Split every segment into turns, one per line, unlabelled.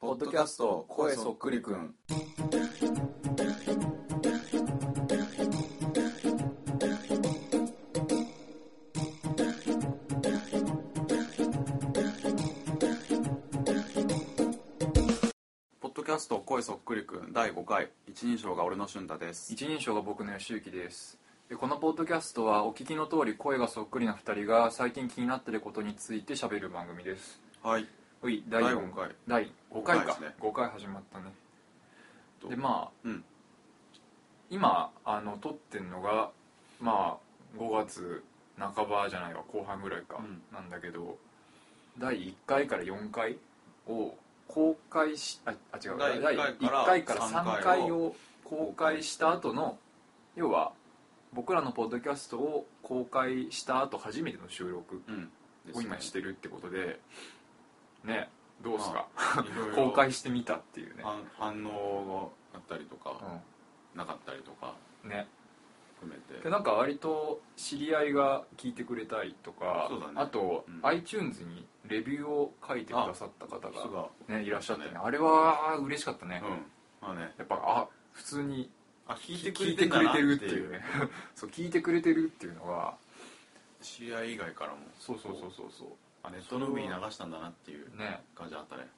ポッドキャスト声そっくりくん。ポッドキャスト声そっくりくん第5回一人称が俺の俊太です。
一人称が僕の吉行ですでこのポッドキャストはお聞きの通り声がそっくりな2人が最近気になっていることについて喋る番組です
はい。
うい第
第
4
五回
第5回
五回で
か
すね
5回始まったね
と
でまあ
うん。
今あの撮ってんのがまあ5月半ばじゃないか後半ぐらいか、
うん
なんだけど第1回から4回を公開しああ違う
第一回から
1回から
三
3
回を
回を公開した後の要は僕らのポッドキャストを公開した後初めての収録
うん。です
を
ね
今してるってことでねどうすか、
いろいろ
公開してみたっていうね、
反反応があったりとか、
う
なかったりとか
ん、ね
含めて
でなんか割と知り合いが聞いてくれたりとか、
そうだね
あと、
うん
iTunes にレビューを書いてくださった方
人
が、
が
ね、いらっしゃってね
ね
あれは嬉しかった
う
ね、
んまあね
やっぱあ普通に
あ聞
聞いてくれてるっていうね そう聞いてくれてるっていうのが
試合以外からも
そうそうそうそうそ
あネットの海に流したんだなっていう
うね
感じあったね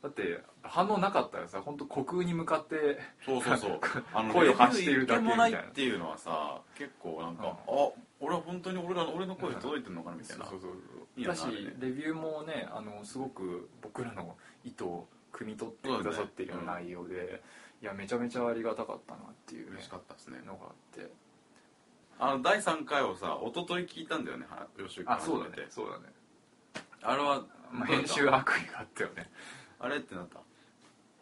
だって反応なかったらさ本当虚空に向かって
そうそう そうあ
声を発しているだけみたいな
レビュー一件もないっていうのはさ結構なんか、あ俺は本当に俺らの俺の声届いてるのかなみたいな、
そうそうそう
いいよな
だし
あれね
レビューもねあのすごく僕らの意図を汲み取って
そうだね
くださっているような内容で、いやめちゃめちゃありがたかったなっていうね、
嬉しかったですね
のがあって
あの第3回をさ一昨日聞いたんだよねは吉岡
あ
初
そう
め
だ
て
ねそうだね、
あれは
まあ、
どうだ
編
った
集悪意があったよね
あれってなった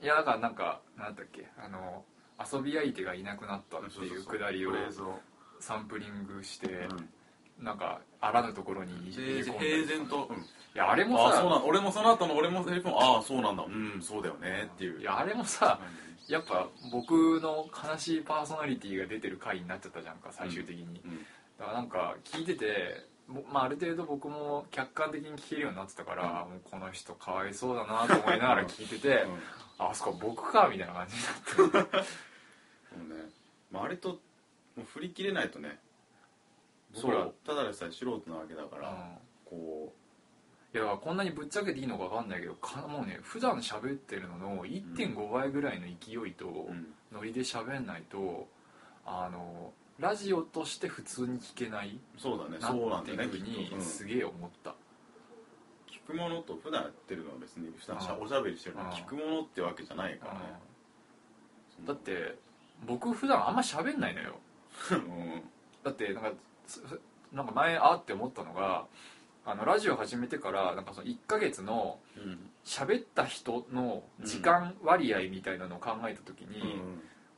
いやだからなんかなんだっけあの遊び相手がいなくなったっていうくだりを
フレーズを
サンプリングして
うん
なんかあらぬところに入れ
で
込んだり
平然と、うん
いやあれも
ああそう
さ
なん俺もその後の俺もセリフもああそうなんだうんそうだよねっていう
いやあれもさ
うん
やっぱ僕の悲しいパーソナリティが出てる回になっちゃったじゃんか最終的に、
うん
だからなんか聞いてて、ぼまあ、ある程度僕も客観的に聞けるようになってたから、もうこの人かわいそうだなと思いながら聞いて て、あそこ僕かみたいな感じになって
うんそうね、まあ、あれともう振り切れないとね
そう
僕らただでさえ素人なわけだか
うん
ら、こ
いやだからこんなにぶっちゃけていいのか分かんないけどかもうね普段喋ってるのの1.5倍ぐらいの勢いと、
う、うん
ノリで喋んないとあのラジオとして普通に聞けない
そうだね
な
そうな
っ
ん
て
だ
い
よ
う
ね
ふう
きっ
に
とうん
すげえ思った、
聞くものと普段やってるのは別に普段しゃ
うん
おしゃべりしてるのに
うん
聞くものってわけじゃないからね
うんだって僕普段あんま喋んないのよ
そのうん
だってなんかすなんか前あって思ったのがあのラジオ始めてからなんかその1ヶ月の
うん
喋った人の時間割合みたいなのを考えた時に、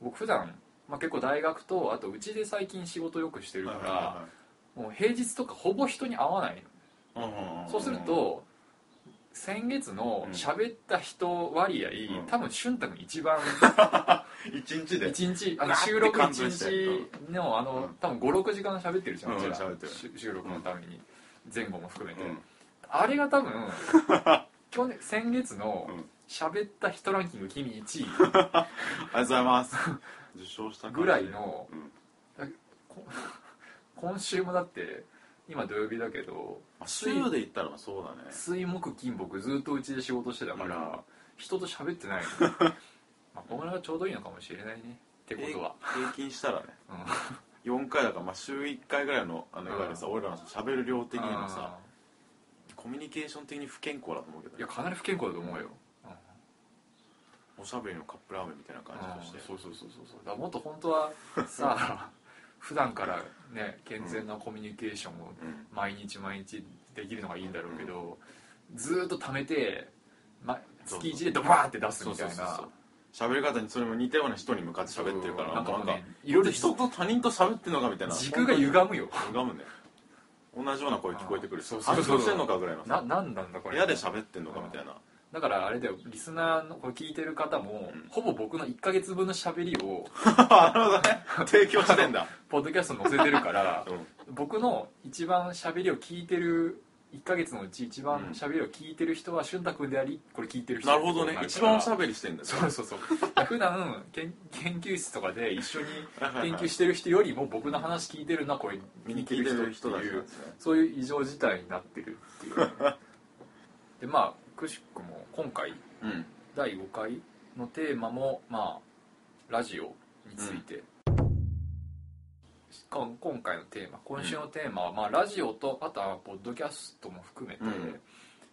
僕普段まあ結構大学とあとうちで最近仕事よくして
うん
る
はい
から、
は
もう平日とかほぼ人に会わない
いはいんんん
そうすると先月の喋った人割合、
うん
多分俊太君一番
一日で
一日
ガ
あの
ッて
収録
感
一
動して
日のあ
う
の、
ん
多分56時間喋ってるじゃん、
うん
うちら
喋ってる
し収録のために、前後も含めて、
うん
あれが 多分去年先月の
うん
喋った人ランキング君1位
ありがとうございます 受賞した感じ
ぐ
で
らいの
うん
こ今週もだって今土曜日だけど
あ週で言ったらそうだね
水木金木ずっとうちで仕事してたから、
うん
人と喋ってない のまあこの辺がちょうどいいのかもしれないねってことは、
平均したらね
うん、
4回だから、まあ、週1回ぐらいのあの
うん
いわゆるさ俺らのしゃべる量的にもさ
あ
コミュニケーション的に不健康だと思うけ
ー
ど
いや
ね
かなり不健康だと思うよ、うん
おしゃべりのカップラーメンみたいな感じとして
そうそうそうそうそうだからもっと本当はさ 普段からね健全なコミュニケーションを
うん
毎日毎日できるのがいいんだろうけど、ずーっと貯めて、ま、
そうそう
月1でドバーって出す
そう
み
そ
た
う
い
そう
な
そう喋り方にそれも似たような人に向かって喋ってるから
なんか
も
も
う
う
なんか
ねいろいろ
人と他人と喋ってんのかみたいな
軸が歪むよ
本当に歪むね同じような声聞こえてくるし
あーそ
反
うそうそう
応してんのかぐらいの
な
さ
なんなんだこ
部
れ
屋で喋ってんのかみたいな
だからあれだよリスナーのこれ聞いてる方も、
うん
ほぼ僕の1ヶ月分の喋りを
なるほどね提供 してんだ
ポッドキャストに載せてるから
うん
僕の一番喋りを聞いてる1か月のうち一番喋りを聞いてる人は俊太君でありこれ聞いてる人
なるほどね一番おしゃ
べ
べりしてんだよ
そうそうそう普段研研究室とかで一緒に研究してる人よりも僕の話聞いてるなこれ見に来る人って
し
い
なん
う
ですね
そういう異常事態になってるっていう、でまあくしくも今回
うん
第5回のテーマもまあラジオについて、こん今回のテーマ今週のテーマは、まあ、ラジオとあとはポッドキャストも含めて、
うん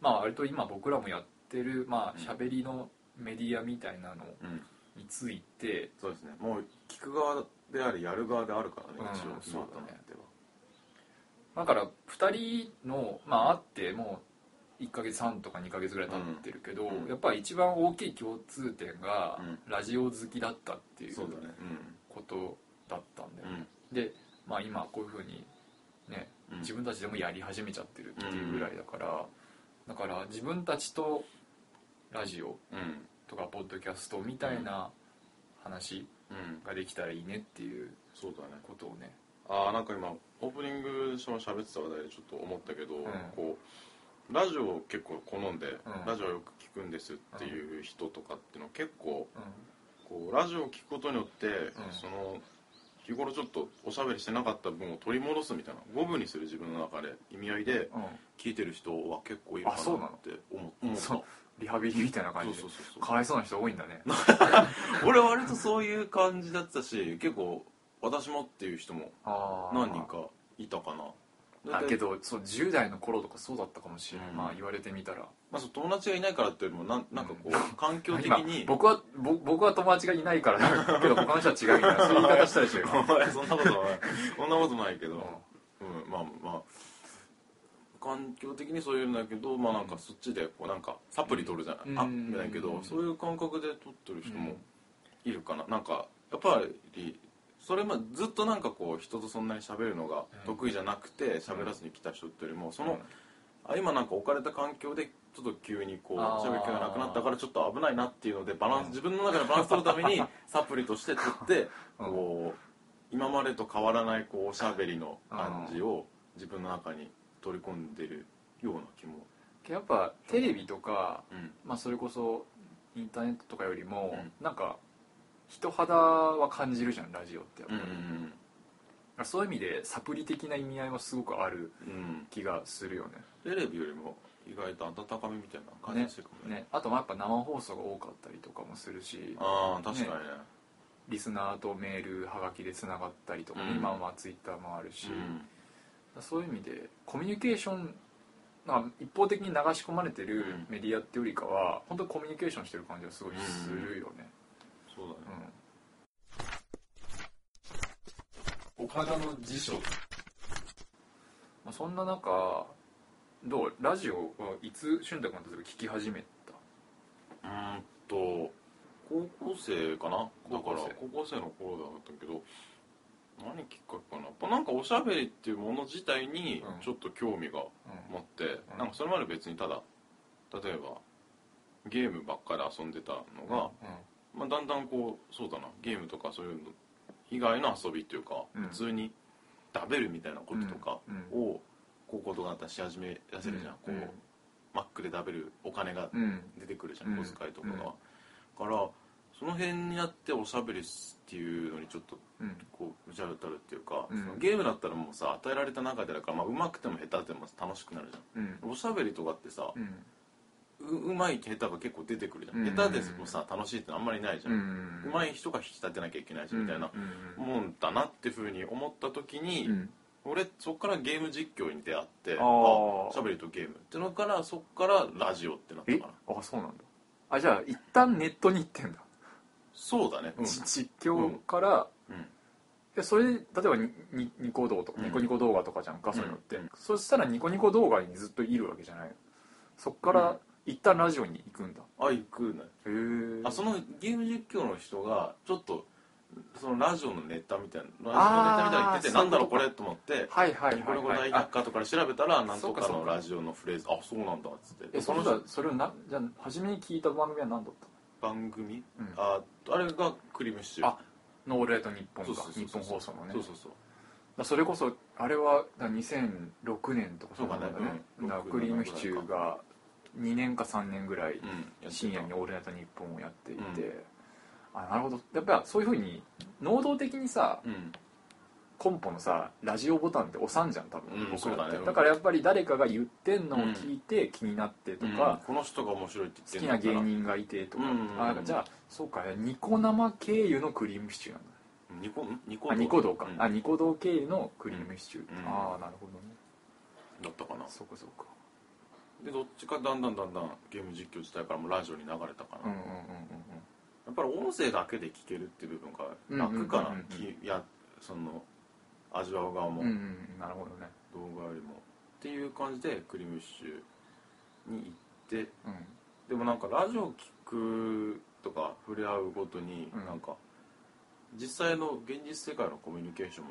まあ割と今僕らもやってるま
う
あ
ん
喋りのメディアみたいなの
うん
について、
そうですねもう聞く側でありやる側であるからね一応
うん
今と
そう
なっ
だね
ては
だから2人のまあ会ってもう1ヶ月半とか2ヶ月ぐらい経ってるけど、
うん
やっぱり一番大きい共通点が
うん
ラジオ好きだったっていう
そうだね
ことだったんだよね。
うん
で、まあ、今こういうふうにね
うん
自分たちでもやり始めちゃってるっていうぐらいだから、だから自分たちとラジ
う
オ
ん
とかポッドキャストみたいな話
うん
ができたらいいねっていう
そうだね
ことをね
ああなんか今オープニングでその喋ってた話題でちょっと思ったけど、
ん
こうラジオを結構好んで、
ん
ラジオよく聞くんですっていう人とかっていうのは結構
うん
こうラジオを聞くことによって、
ん
その日頃ちょっとおしゃべりしてなかった分を取り戻すみたいな五分にする自分の中で意味合いで
うん、
聞いてる人は結構いるかなっ
あ
て
そう
思
なの
う思った
そうリハビリみたいな
そ
感
う
じ
そ
で
うそう
かわいそうな人多いんだね
そう 俺割とそういう感じだったし結構私もっていう人も
あー
何人かいたかな
だけ
ど、
どそう10代の頃とかそうだったかもしれない、
うん
まあ言われてみたら
まあ、そう友達がいないからっていうよりもなんなんかこう環境的
今
に
僕はぼ僕は友達がいないからだけど他の人は違うみたいなそういう言い方したでし ょ
お
今
前そんなことないそんなことないけど、うん、まあまあ環境的にそういうんだけどまあなんかそっちでこうなんかサプリ取るじゃない、
うん
あみたいなけど、
うん
そういう感覚で取ってる人
う
も
ん
いるかな、なんかやっぱりそれまでずっとなんかこう人とそんなに喋るのが得意じゃなくて喋らずに来た人っていうよりもその、あ今なんか置かれた環境でちょっと急にこう
あー
喋る気がなくなったからちょっと危ないなっていうのでバランス自分の中でバランス取るため にサプリとして取って
うん
こう今までと変わらないこうおしゃべりの感じを自分の中に取り込んでるような気も、
やっぱテレビとか、
うん
まあ、それこそインターネットとかよりも、
う
なんか人肌は感じるじゃんラジオってやっ
う
ぱ
ん
り、そういう意味でサプリ的な意味合いもすごくある
うんうん
気がするよね
テレビよりも意外と温かみみたいな感じしてるかもね
ねあとまあやっぱ生放送が多かったりとかもするし
ああ確かにね
リスナーとメールはがきでつながったりとか、
うん
今はまあツイッターもあるし、
うん
そういう意味でコミュニケーションなんか一方的に流し込まれてる
うん
メディアってよりかは本当にコミュニケーションしてる感じがすごいするよね、
そうだね
うん、岡田の辞書、まあ、そんな中どうラジオはいつ俊太君と聞き始めた
うーんと高校生かなだ
高
か
校
ら
生
高校生の頃だったけど何きっかけかなやっぱなんかおしゃべりっていうもの自体に
うん
ちょっと興味が
うん
持って、
うん
なんかそれまで別にただ例えばゲームばっかり遊んでたのが、まあ、だんだんこうそうだなゲームとかそういうの以外の遊びっていうか、
うん
普通に食べるみたいなこととか
うんうん
を高校とかだったらし始め出せるじゃん、
うん
こうマックで食べるお金が
うんうん
出てくるじゃん
うん
小遣いとかが、からその辺になっておしゃべりっていうのにちょっと
うん
こうむちゃぶたるっていうか、
うん
そのゲームだったらもうさ与えられた中でだから、まあ、上手くても下手でも楽しくなるじ
うん
ゃんおしゃべりとかってさ
う、ん
う上手い下手が結構出てくるじゃん、
うん
下手でもさ楽しいってのあんまりないじゃ、
うんん
上手い人が引き立てなきゃいけないしみたいな
うん
もんだなってふうに思った時に、
うんうん
俺そっからゲーム実況に出会って
あー
しゃべりとゲームってのからそっからラジオってなった
え
かな
あそうなんだあじゃあ一旦ネットに行ってんだ、
そうだね、うん
じ実況から、
うん
でそれで例えばににニコ動とか
うん
ニコニコ動画とかじゃんか、そういうのって、
うん
そしたらニコニコ動画にずっといるわけじゃないのそっか
う
ら一旦ラジオに行くんだ、
あ行くね
へえ
あそのゲーム実況の人がちょっとそのラジオのネタみたいなラジオのネタみたいなの言ってて
あー
なんだろう
そ
こ
うい
れと思って
はいはい
ニコ
はい
ニコ
は
大
い
百
あ
科とかで調べたらなん
そ
と
うか
か
そう
の
か
ラジオのフレーズあそうなんだっつって
え
で
そ
そ
の
の
人それをなじゃあ初めに聞いた番組は何だっ
番組
たの、うん、
ああれがクリームシチュー
あノーレート日本
そう
か
そうそうそう
日本放送のね
そうそうそう
らそれこそあれはだから2006年とか
そうかね
なんだね
うん
だからクリームシチューが2年か3年ぐらい
うん
深夜に「オールナイトニッポン」をやっていて、あなるほどやっぱそういうふうに能動的にさ
うん
コンポのさラジオボタンって押さんじゃん多分、
うん
僕らって
そうだねうん
からやっぱり誰かが言ってんのを聞いて気になってと
うん
か、
この人が面白いって
好
言っ
き
て
な芸
んだから
人がいてとか、
うんうんうん
あなんかじゃあそうかニコ生経由のクリームシチューなんだ
ニコんニコ
あニコ動か、
うん
あニコ動経由のクリームシチュ
う
ー、
ん
ああなるほどね
だったかな
そうかそうか
でどっちかだんだんだんだんゲーム実況自体からもラジオに流れたか
う
な、
んうん
やっぱり音声だけで聞けるっていう部分が楽かな、
うんうんうん
きやその味わう側も
うんうんうんうんなるほどね
動画よりも、っていう感じでクリームシチューに行って
うん
でもなんかラジオ聞くとか触れ合うごとに
うん
なんか、実際の現実世界のコミュニケーション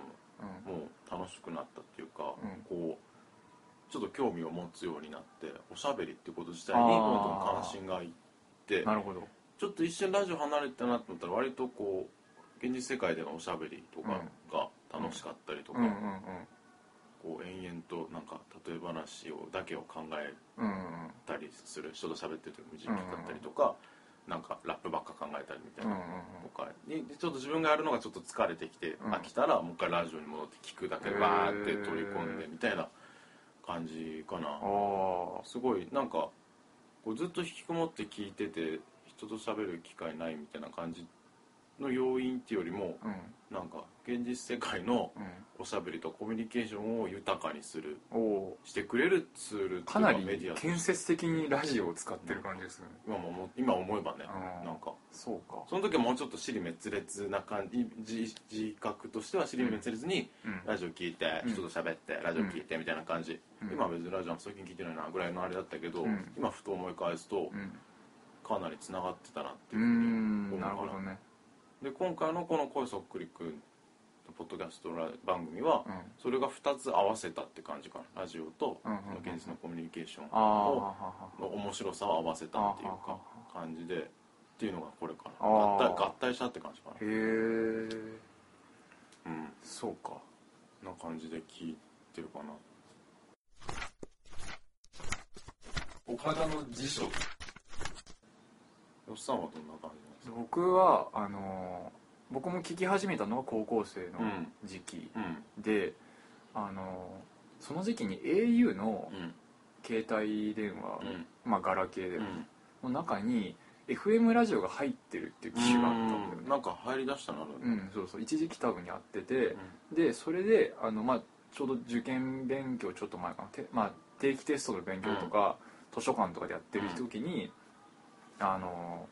も
うん
もう楽しくなったっていうか、
うん
こうちょっと興味を持つようになっておしゃべりってこと自体にどんどん関心がいって
なるほど
ちょっと一瞬ラジオ離れてたなと思ったら割とこう現実世界でのおしゃべりとかが楽しかったりとか、
うんうん
こう延々となんか例え話をだけを考え
うんうんうん
たりする人と喋ってる時期だったりとか、なんかラップばっか考えたりみたい
うんう。
なんとかにでちょっと自分がやるのがちょっと疲れてきて、
うん
飽きたらもう一回ラジオに戻って聞くだけバーって取り込んでみたいな感じかな、
ああ
すごいなんかこうずっと引きこもって聞いてて人と喋る機会ないみたいな感じの要因っていうよりも
うん
なんか現実世界の
う
おしゃべりとコミュニケーションを豊かにする
んお
してくれるツールっていう
ーかな
メディ
り
アとして
建設的にラジオを使ってる感じですよね
今も思今思えばね
うん
なんか
そうか
その時はもうちょっと尻滅裂な感じ自自覚としては尻滅裂に
うん
ラジオ聞いて
うん
人と喋ってラジオ聞いてみたいな感じ、
うん
今は別にラジオも最近聞いてないなぐらいのあれだったけど、
うん
今ふと思い返すと
うん
かなりつながってたなって
う
い
ー
うふうに思
ん
う
な
か
るほどね
で今回のこの「声そっくりくん」のポッドキャストラ番組は、
うん
それが2つ合わせたって感じかなラジオと
うんうん
その現実のコミュニケーション
ああ
をの面白さを合わせたっていう
あは
か感じでっていうのがこれかな
あ
合
ー
体合体したって感じかな
へえ
うん
そうか
な感じで聞いてるかな
岡田の辞書
よっさんはどんな感じなんですか
僕はあのー僕も聞き始めたのは高校生の時期
うん
で、あのーその時期に au の
うん
携帯電話、
うん
まあガラケーで
う
の中に FM ラジオが入ってるっていう機種があったんだよ
ん
ね
なんか入りだしたなる
うん、そうそう一時期多分やっててでそれであの、まあ、ちょうど受験勉強ちょっと前かな、てまあ、定期テストの勉強とか、図書館とかでやってる時に、あの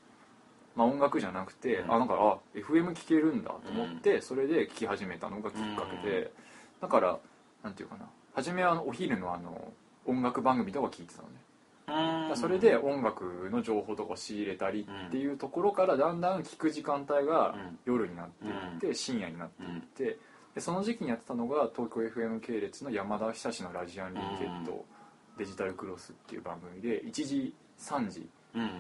まあ、音楽じゃなくて、
うん
あなんかあ FM 聴けるんだと思って、それで聴き始めたのがきっかけで、だからなんていうかな初めはあのお昼のあの音楽番組とか聞いてたのね
うん
だからそれで音楽の情報とか仕入れたりっていうところからだんだん聞く時間帯が夜になっていって深夜になっていってでその時期にやってたのが東京 FM 系列の山田久志の「ラジアンリミテッドデジタルクロス」っていう番組で1時3時、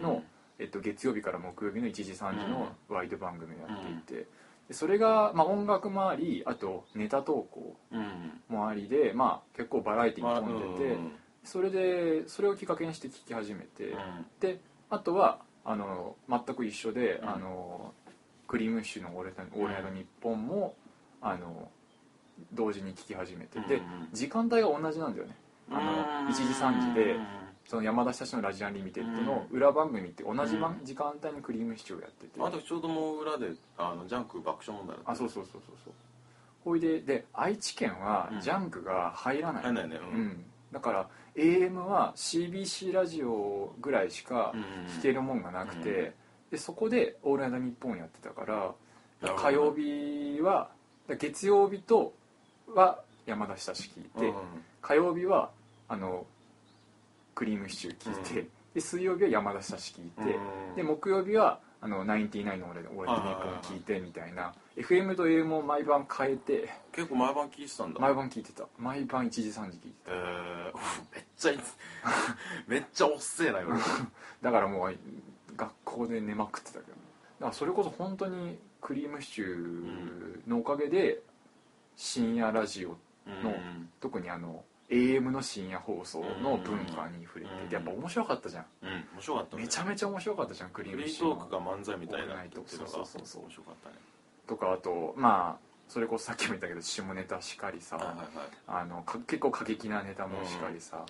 のえっと、月曜日から木曜日の1時3時のワイド番組をやっていてでそれがまあ音楽もありあとネタ投稿
うんうん
もありでまあ結構バラエティ
まあ
ー
う
に富ん
ん
でてそれでそれをきっかけにして聞き始めて。であとはあの全く一緒で、
うん
あのクリームシチューのオールナイト「オールナイトニッポンも」あの同時に聴き始めて、
う
で
んうん
時間帯が同じなんだよねあの1時3時でその山田久志の「ラジアンリミテッド」の裏番組って同じ番、
うん
時間帯にクリームシチューをやってて
あとちょうどもう裏であのジャンク爆笑問題だった
あそうそうそうそうそうほいでで愛知県は
うん
ジャンクが入らない、
なんだよね
うんだから AM は CBC ラジオぐらいしか、聞けるもんがなくて、
うん
でそこで「オールナイトニッポン」やってたから
なるほど
火曜日はだ月曜日とは山田親し聞いて、火曜日はあのクリームシチュー聞いて、
う
で水曜日は山田親し聞いて、で木曜日はあのナインティナインの俺の俺の日本聞いてみたいな FM と AM を毎晩変えて
結構毎晩聞いてたんだ
毎晩聞いてた毎晩1時3時聞いて
えー めっちゃいめっちゃおっせえな夜
ただからもう学校で寝まくってたけどだからそれこそ本当にクリームシチューのおかげで、深夜ラジオ
の
の特にあの AM の深夜放送の文化に触れ
うん
ててやっぱ面白かったじゃん
うん面白かったね
めちゃめちゃ面白かったじゃんクリ
フ
ー
リ
ム
ー
シー
ト
ン
ークが漫才みたいなって言ってのが
そうそうそう
面白かったね
とかあとまあそれこそさっきも言ったけど下ネタしかりさ、
はいはいはい
あのか結構過激なネタもしかりさ、っ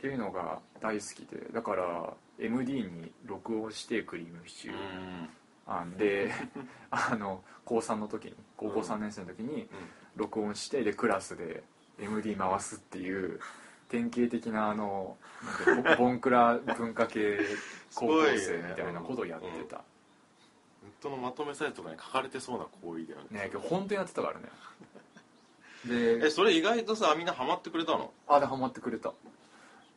ていうのが大好きでだから MD に録音してクリームシチュー、あんで あの高3の時に高校3年生の時に録音してでクラスで MD 回すっていう典型的なあのなん かボボンクラ文化系高校生みたいなことをやってた
ネットのまとめサイトとかに書かれてそうな行為だよね
ねけど本当にやってたからねで
えそれ意外とさみんなハマってくれたの
あでハマってくれた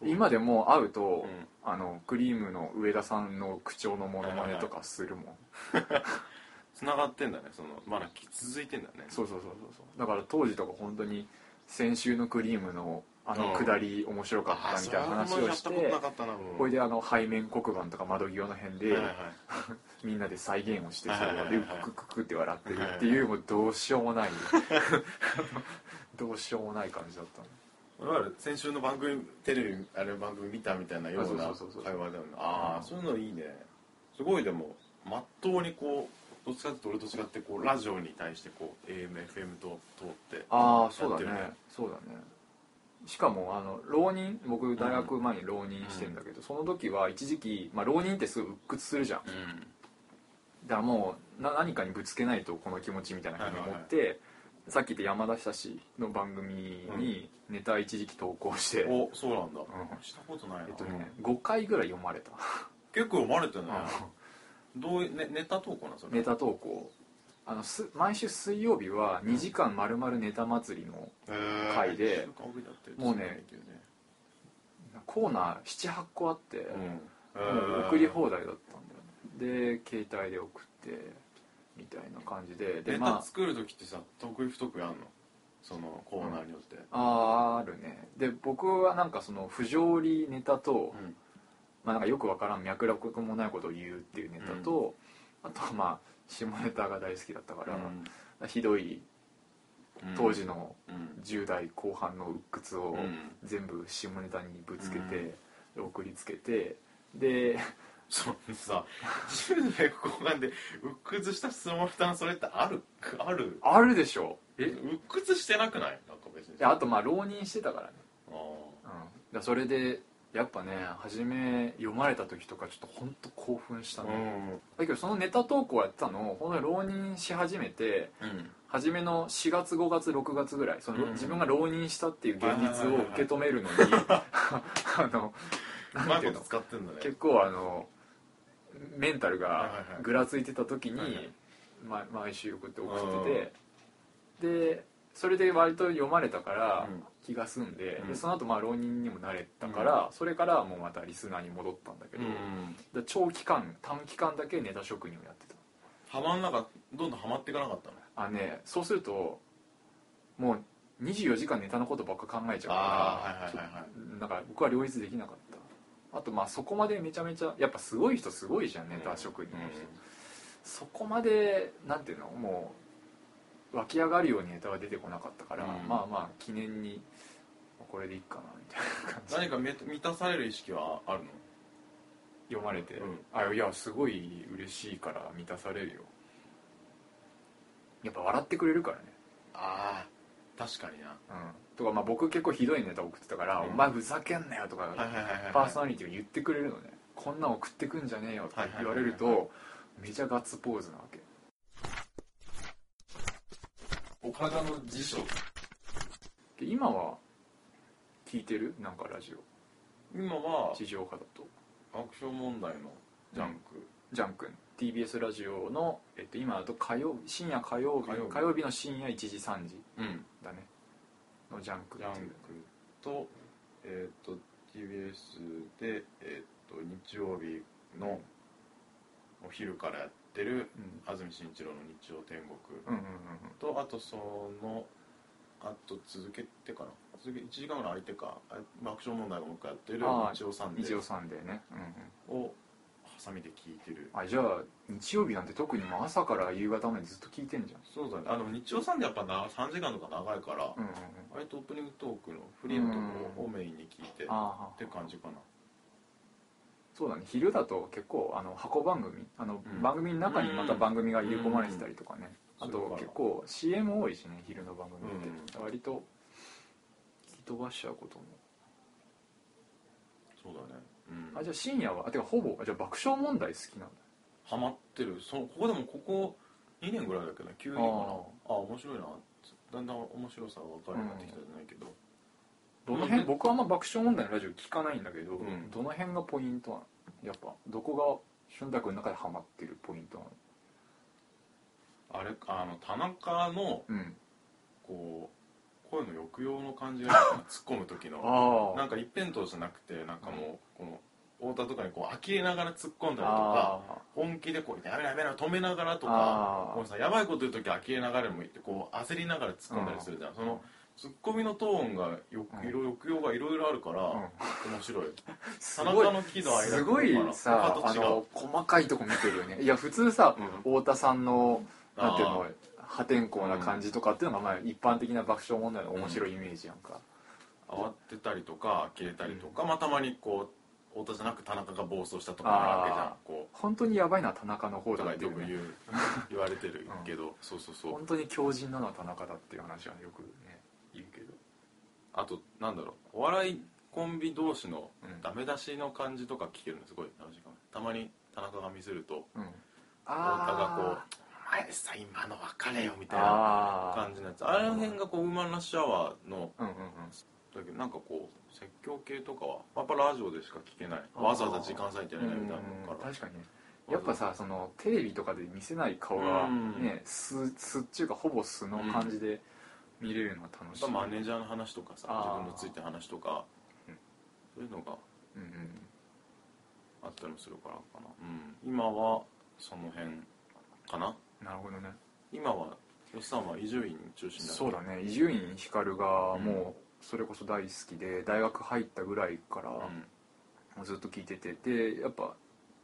今でも会うと、
うん
あのクリームの上田さんの口調のモノマネとかするもん、
繋がってんだねそのまだ続いてんだね
そうそうそうそうそうだから当時とか本当に先週のクリームのあの下り面白かったみたいな話をして、
あそれはあんまやったことなかったな
これであの背面黒板とか窓際の辺
うん
で、
はいはい
みんなで再現をしてそれ
はいはい
で
は
う
いはい
くくくくって笑ってるっていうもうどうしようもない どうしようもない感じだったの
我々先週の番組テレビあれ番組見たみたいなような
あそうそうそうそう
会話だよねああそういうのいいねすごいでもまっとうにこうどっちかっていうと俺と違ってこうラジオに対してこう AMFM と通って
ああそうだね
やってるね
そうだねしかもあの浪人僕大学前に浪人してんだけど、その時は一時期、まあ、浪人ってすごい鬱屈するじゃんだからもうな何かにぶつけないとこの気持ちみたいな感じに思って、さっき言った山田久志の番組にネタ一時期投稿して、
うんおそうなんだ
うん
したことないな
えっとね5回ぐらい読まれた、
結構読まれてねどういねネタ投稿なんそれ
ネタ投稿あのす毎週水曜日は2時間まるまるネタ祭りの回で
へー顔見ちゃってる
もうねコーナー78個あって、
うん
もう送り放題だったんだよねで携帯で送ってみたいな感じでで
ネ
ま
タ
あ
作る時ってさ得意不得意あんのそのコーナーによって
あーあるねで僕はなんかその不条理ネタと、
うん
まあ、なんかよくわからん脈絡もないことを言うっていうネタと、あとはまあ下ネタが大好きだったから、ひどい当時の
うん
10代後半の鬱屈を
うん
全部下ネタにぶつけて、送りつけてで
そのさ10代後半で鬱屈した質問したそれってあるある
あるでしょ
え鬱屈してなくないなんか別に
であとまあ浪人してたからね
あー
うん、だからそれでやっぱね初め読まれた時とかちょっと本当興奮した
う
ね、だ
ん
けどそのネタ投稿やってたのをほんとに浪人し始めて初めの4月5月6月ぐらいその、
うん
自分が浪人したっていう現実を受け止めるのに あの
う
なん
ま
てい
いうこ
の
と使ってんだね
結構あのメンタル
はい
が
はいはい
ぐらついてた時に、
はいはい
ま毎週送って送っててでそれで割と読まれたから
うん
気が済んで,、
うん
でその後まあ浪人にもなれたから、それからもうまたリスナーに戻ったんだけ
う
ど、
ん
で長期間短期間だけネタ職人をやってた
ハマんなかっどんどんハマっていかなかったの
あねそうするともう24時間ネタのことばっか考えちゃうから
あーはいはいはいはい
ちょなんか僕は両立できなかったあとまあそこまでめちゃめちゃやっぱすごい人すごいじゃんネタ職人の人、そこまでなんていうのもう湧き上がるようにネタは出てこなかったから、
うん
まあまあ記念にこれでいいかなみたいな 感じ
何かめ満たされる意識はあるの
読まれて、
うん
あいやすごい嬉しいから満たされるよやっぱ笑ってくれるからね
ああ確かにな
うん、とかまあ僕結構ひどいネタ送ってたから「
うん
お前ふざけんなよ」とか、
はいはいはいはい
パーソナリティが言ってくれるのね「こんなん送ってくんじゃねえよ」とか言われると、
はいは
めちゃガッツポーズなわけ
岡田の辞書
で今は聞いてるなんかラジオ
今は
地上波だと
爆笑問題のジャンク
ジャン君 TBS ラジオの、えっと、今だと火曜深夜火曜日
火
火
曜
曜
日
日の深夜1時3時
うん
だねのジャンクっ
ジ
て
ャン
いう
クと、えっ、と、TBS で、えっ、と、日曜日のお昼からやってる、
うん
安住紳一郎の日曜天国
うんうんうん
と、あと、その、あと続けてかな。続け1時間ぐらい空いてか、あ爆笑問題がもう一回やってる
あー
日曜サン
うん
デ
日曜
ー
サンデーね、うんうん、
をサミで聞いてる
あじゃあ日曜日なんて特にもう朝から夕方までずっと聞いてんじゃん
そうだねあでも日曜さんでやっぱな3時間とか長いから、
うんうんうん
割とオープニングトークのフリーのところをメインに聞いてっ
ああ
て感じかな
そうだね昼だと結構あの箱番組あの、
うん
番組の中にまた番組が入れ込まれてたりとかね、
うん
あ
そうか
と結構 CM 多いしね昼の番組って、
う
割と聞き飛ばしちゃうことも、
そうだねうん
あじゃあ深夜はあてかほぼあじゃあ爆笑問題好きなんだ
ハマってるそのここでもここ2年ぐらいだけど急にかな
あ
あ
ー
面白いなだんだん面白さが分かるようになってきたじゃないけど、
どの辺僕はあんま爆笑問題のラジオ聞かないんだけど、
うん
どの辺がポイントなのやっぱどこが俊太君の中でハマってるポイントなの
あれかあの田中の
うん
こう声の抑揚の感じがなんか突っ込む時の
あ
なんか一辺倒じゃなくてなんかもうこの太田とかにこう呆れながら突っ込んだりとか本気でこう「やめろやめろ止めながら」とか
あー
こうさやばいこと言う時呆れながらもいてこう焦りながら突っ込んだりするじゃんその突っ込みのトーンがよ
うん
色々抑揚がいろいろあるから
うん
面白い
す
田
ごい
中の喜怒哀楽
すごいさ
他
あ
と違う
の細かいとこ見てるよねいや普通さ、
うん
太田さんのなんていう
あ
の破天荒な感じとかっていうのがまあ一般的な爆笑問題の面白いイメージやんか、
慌てたりとか呆れたりとかまあたまにこう太田じゃなく田中が暴走したとかもあるわけじゃ
あ
んこう
本当にやばいのは田中の方
とか
だっ
よ
てい
く
う、ね、
言う 言われてるけど、そうそうそう
本当に強靭なのは田中だっていう話はよくね
言うけどあとなんだろうお笑いコンビ同士の
うん
ダメ出しの感じとか聞けるのすごい楽しいかもたまに田中が見せると
うん
太田がこう
あ
「お前さ今の別れよ」み
ー
たいな
あ
感じのやつあれの辺がこうウーマンラッシュアワーの
ーうんうんうん
だけどなんかこう説教系とかはやっぱラジオでしか聞けない
あー
わざわざ時間割いてやれないみたいな
うん
のから
確かにねやっぱさそのテレビとかで見せない顔が
うん
ね素素っていうかほぼ素の感じで見れるのは楽しい、
やっぱマネージャーの話とかさ
あー
自分のついてる話とか
うん
そういうのが
うんうん
あったりもするからかな、うん、今はその辺かな
なるほどね
今は吉さんは伊集院中心だ
そうだね伊集院光がもうそれこそ大好きで大学入ったぐらいから
う
も
ん
うずっと聞いててでやっぱ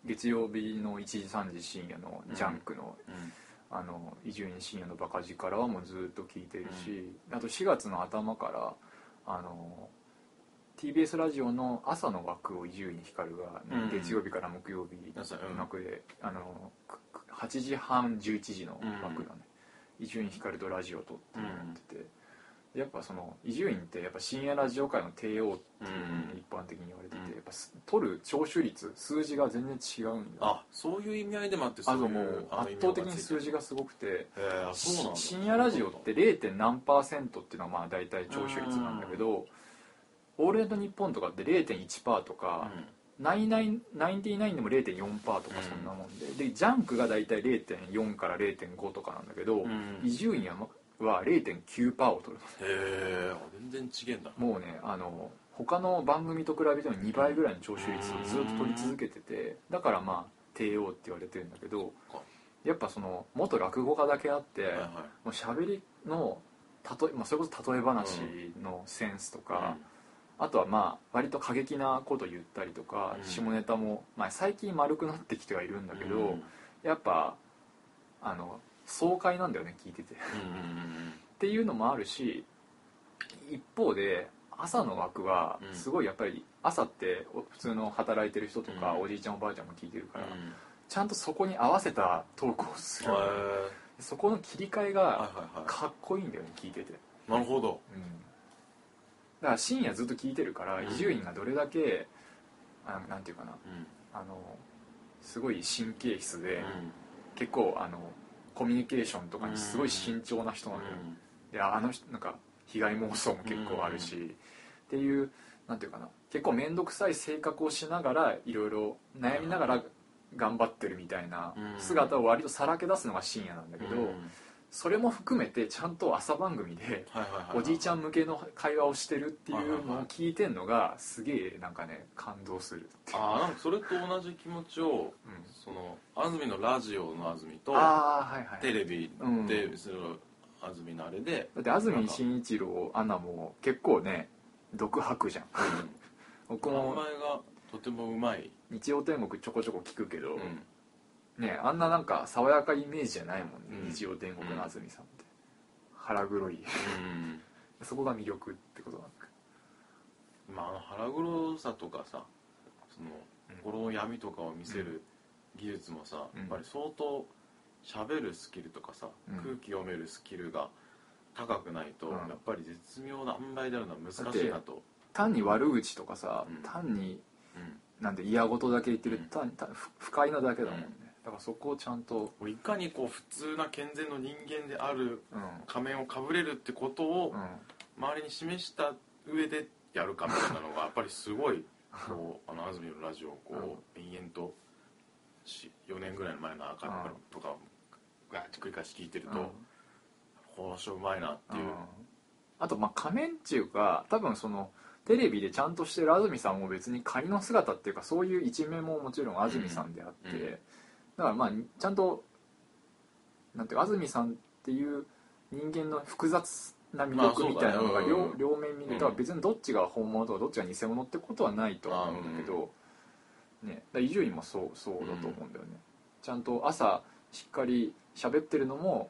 月曜日の1時3時深夜の「ジャンクの」
うん
あの伊集院深夜のバカ力はもうずっと聞いてるし、あと4月の頭からあの TBS ラジオの朝の枠を伊集院光が
うん
月曜日から木曜日
なさうん
の枠で、あのくく8時半11時の枠だね伊集院光とラジオとっていうのをやってて、でやっぱその伊集院ってやっぱ深夜ラジオ界の帝王っていうふうに一般的に言われて
う
て、
ん
やっぱす取る聴取率数字が全然違うんだよ
あそういう意味合いでもあって
あ
そうい
ともう
あの
圧
意味合
倒
い
的に数字
が
がすごく
ついて
て
るへえあそうなんだ
深夜ラジオって、0. 何パーセントっていうのはまあ大体聴取率なんだけど「オールナイトニッポン」とかって0.1%パーと
う
か
ん
「ナインナインナインティナイン」でも0.4%パーとかそんなもんででジャンクが大体0.4から0.5とかなんだけど
うん、
伊
へ
集院はは0.9%パーを取る
え全然違えんだ
もうねあの他の番組と比べても2倍ぐらいの聴取率をずっと取り続けててだからまあ帝王って言われてるんだけど
そっか
やっぱその元落語家だけあって、
はいはい
もう喋りのたとえ、まあ、それこそ例え話のセンスとか、あとはまあ割と過激なこと言ったりとか、
うん
下ネタも、まあ、最近丸くなってきてはいるんだけど、
うん
やっぱあの爽快なんだよね聞いてて。 っ
うんうん
ていうのもあるし一方で朝の枠は
うん
すごいやっぱり朝ってお普通の働いてる人とか、
うん
おじいちゃんおばあちゃんも聞いてる
う
から、
んうん
ちゃんとそこに合わせたトークをす
へえ
る、そこの切り替え
はい
が
はいは
かっこいいんだよね聞いてて。
いなるほど
うんだから深夜ずっと聞いてるから
うん
伊集院がどれだけあのなんていうかな
うん
あのすごい神経質で、
うん
結構あのコミュニケーションとかにすごい慎重な人
う
なのよ、
ん
であの人なんか被害妄想も結構あるし、っていうなんていうかな結構面倒くさい性格をしながらいろいろ悩みながら頑張ってるみたいな
うん
姿を割とさらけ出すのが深夜なんだけど、
うん
それも含めてちゃんと朝番組で
はいはいはい
おじいち
ん
ゃん向けの会話をしてるっていうのを聞いてんのがすげえなんかね感動するっていう
あーなんかそれと同じ気持ちを
うん
その安住のラジオの安住と
あーはいはい
テレビ
うん
でその安住のあれで
だって安住紳一郎アナも結構ね独白じゃん
名前
僕
が
も
とてもうまい、
日曜天国ちょこちょこ聞くけど、
うん
ねあんななんか爽やかイメージじゃないもんね、
うん
日曜天国の安住さんって、腹黒いそこが魅力ってことなんだ
まああの腹黒さとかさその
うん
心の闇とかを見せる技術もさ、
うん
やっぱり相当喋るスキルとかさ、
うん
空気読めるスキルが高くないと、
うん
やっぱり絶妙な塩梅であるのは難しいなと、
単に悪口とかさ、
うん
単に
うん、
なんて嫌事だけ言ってる、
うん
単に単不不快なだけだもんね、
うん
だからそこをちゃんと
こういかにこう普通な健全の人間である
うん、
仮面をかぶれるってことを
うん、
周りに示した上でやるかみたいなのがやっぱりすご いこうあの安住のラジオをこう延々と4年ぐらい前の赤
うん
とかをガーッて繰り返し聞いてる
う
と
ん
この人うまいなっていう
うんあとまあ仮面っていうか多分そのテレビでちゃんとしてる安住さんも別に仮の姿っていうかそういう一面ももちろん安住さんであって、
うんうん
だからまあちゃんとなんていうか安住さんっていう人間の複雑な魅
まあそう
力
だね
みたいなのが両,、
うん
両面見れたら
うん
別にどっちが本物とかどっちが偽物ってことはないとは思うんだけど、ね、だから伊集院もそうそうだと思うんだよね、ちゃんと朝しっかり喋ってるのも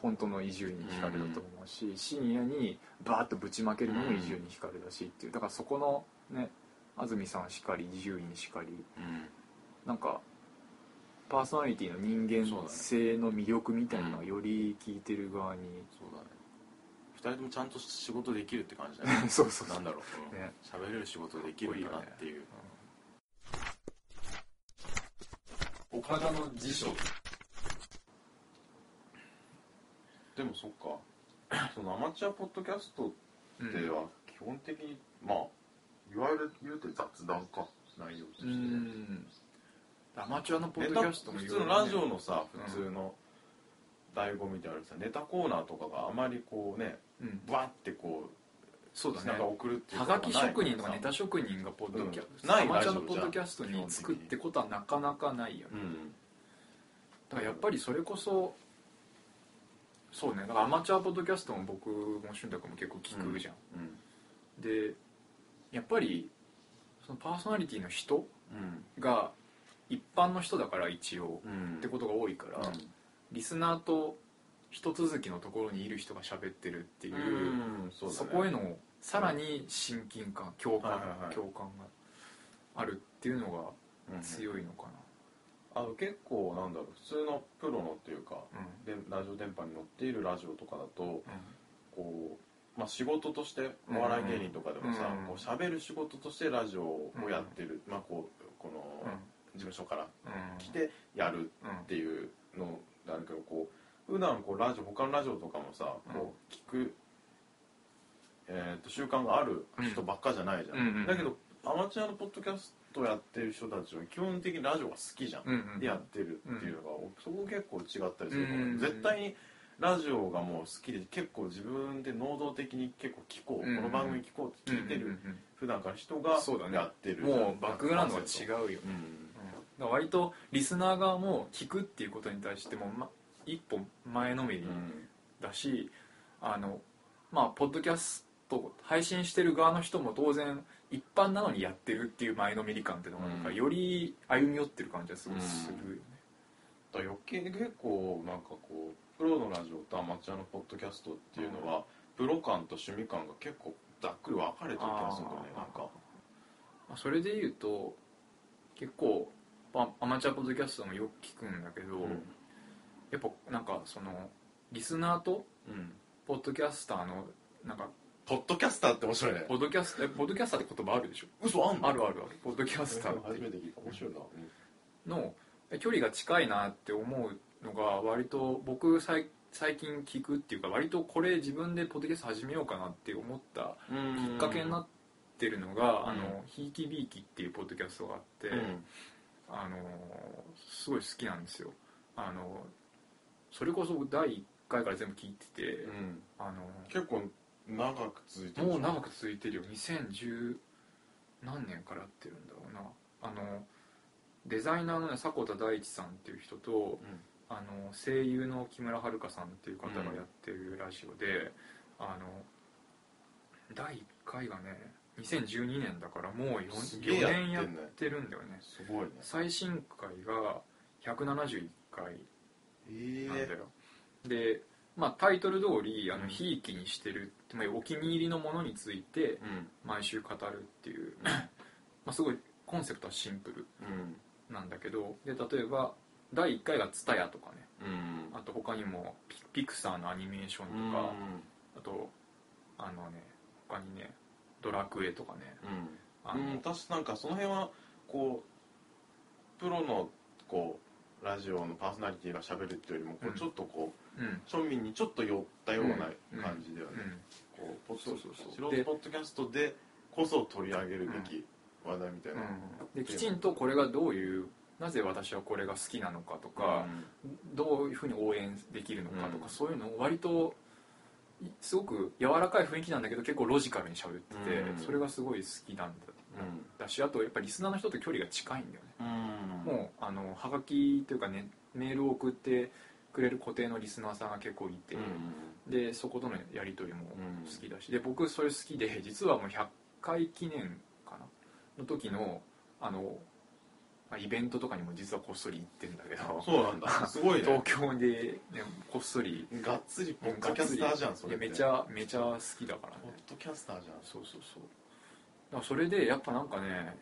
本当の伊集院光だと思うし、深夜にバーッとぶちまけるのも伊集院光だしっていうだからそこのね安住さんしかり伊集院しかり
うん
なんかパーソナリティの人間性の魅力みたいなのがより聞いてる側に、
そうだね2人ともちゃんと仕事できるって感じだね
そうそうそう
なんだろううん
ね
喋れる仕事できるんだなっていう
岡田の辞書
でもそっか そのアマチュアポッドキャストでは基本的に、まあいわゆる言うて雑談か内容として、
うんアマチュアのポ
ネ
ッド
タ
キャストも
普
い
通
ろいろ
の
ね
ラジオのさ
うん
普通の醍醐味であるさネタコーナーとかがあまりこうね
うん
バってこ
そううだね
なんか送るっていう
は
こと
が
が
き職人とかネタ職人がポッドキャス
う
ト、
んない
アマチュアの
ラジオ
ポ
じゃ
ッドキャストに作ってことはなかなかないよね
うん
だからやっぱりそれこそそうねだからアマチュアポッドキャストも僕も俊太君も結構聞くじゃん、
うん
でやっぱりそのパーソナリティの人
うん
が一般の人だから一応
うん
ってことが多いから、リスナーと一続きのところにいる人が喋ってるっていう、
うんそ
そう
だね
こへのさらに親近感共感、
はいはいはい
共感があるっていうの
うん
が強いのか
あ結構なんだろう普通のプロのっていうか
な
でラジオ電波に乗っているラジオとかだと
うん、
こう、まあ、仕事としてお笑い芸人とかでもさ、
うん
こう喋る仕事としてラジオをやってる、まあこうこ
うん
の事務所から
うん
来てやる
うん
っていうのがあるけどこう普段こうラジオ他のラジオとかもさ
うん
こう聞く、えー、と習慣がある人ばっかじゃないじゃん、
うんうんうん
だけどアマチュアのポッドキャストやってる人たちは基本的にラジオが好きじゃん、
うんうん
でやってるっていうのが、そこ結構違ったりするから、
うん
絶対にラジオがもう好きで結構自分で能動的に結構聞こう、
うんうん
この番組聞こうって聞いてる、
うんうん
普段から人が
そうだね
やってる
うんもうバックグラウンドが違
う、
うよね、
うん
うんだから割とリスナー側も聞くっていうことに対しても、ま、一歩前のめりだし、あのまあポッドキャスト配信してる側の人も当然一般なのにやってるっていう前のめり感っていうのがなんか
うん
より歩み寄ってる感じがすごいするよね、
だから余計に結構なんかこうプロのラジオとアマチュアのポッドキャストっていうのは、プロ感と趣味感が結構ざっくり分かれてる気がするんだよね
あー
なんか
まあそれで言うと結構まあアマチュアポッドキャストもよく聞くんだけど、
うん
やっぱなんかそのリスナーと
うん
ポッドキャスターのなんか
ポッドキャスターって面白いね
ポッドキャスターえポッドキャスターって言葉あるでしょ
嘘あんの
あるあるあるポッドキャスターって
初めて聞いた面白いな、
の距離が近いなって思うのが割と僕さい最近聞くっていうか割とこれ自分でポッドキャスト始めようかなって思ったきっかけにな
っ
ってるのが「
うん
あのひいきびいき」っていうポッドキャストがあって、
てうん
あのすごい好きなんですよあのそれこそ第1回から全部聞いてて、
うん
あの
結構長く続いてる
もう長
く
く続いてるよ2010何年からやってるんだろうなあのデザイナーのね迫田大地さんっていう人とあの声優の木村遥さんっていう方がやってるラジオで、あの第1回がね2012年だからもう 4,
すげえやってん
年
ね
やってるんだよね
すごいね
最新回が171回
え
なんだよ、で、まあ、タイトル通りあ
う
の
ん
ひいきにしてる、つまりお気に入りのものについて
うん
毎週語るっていう、まあ、すごいコンセプトはシンプル
うん
なんだけどで例えば第1回が「ツタヤとかね
うん
あと他にもピピクサーのアニメーション
うん
とか、あとあのね他にね「ドラクエ」とかね
うん
あ
うん、
の、
私なんかその辺はこうプロのこうラジオのパーソナリティがしゃべるっていうよりもこ
うん
うちょっとこ
うん
う庶民にちょっと寄ったような
うん
感じだよね、こうポッド
そうそうそう
素
で
人ポッドキャストでこそ取り上げるべき話題みたい
うん
な、
できちんとこれがどういうなぜ私はこれが好きなのかとか、どういうふうに応援できるのかとか、
うん
そういうのを割といすごく柔らかい雰囲気なんだけど結構ロジカルに喋ってて、
うん
それがすごい好きなんだ,、
うん
だしあとやっぱりリスナーの人と距離が近いんだよね、
うん
もうあのはがきというかねメールを送ってくれる固定のリスナーさんが結構いて、でそことのやり取りも
うん
好きだし、で僕それ好きで実はもう100回記念かなの時のあのまあイベントとかにも実はこっそり行ってんだけど
そうなんだすごいね
東京で、ね、こっそり
がっつりポッドキャスターじゃんそれって
いやめちゃめちゃ好きだからね
ポッドキャスターじゃん
そうそうそうだからそれでやっぱなんかね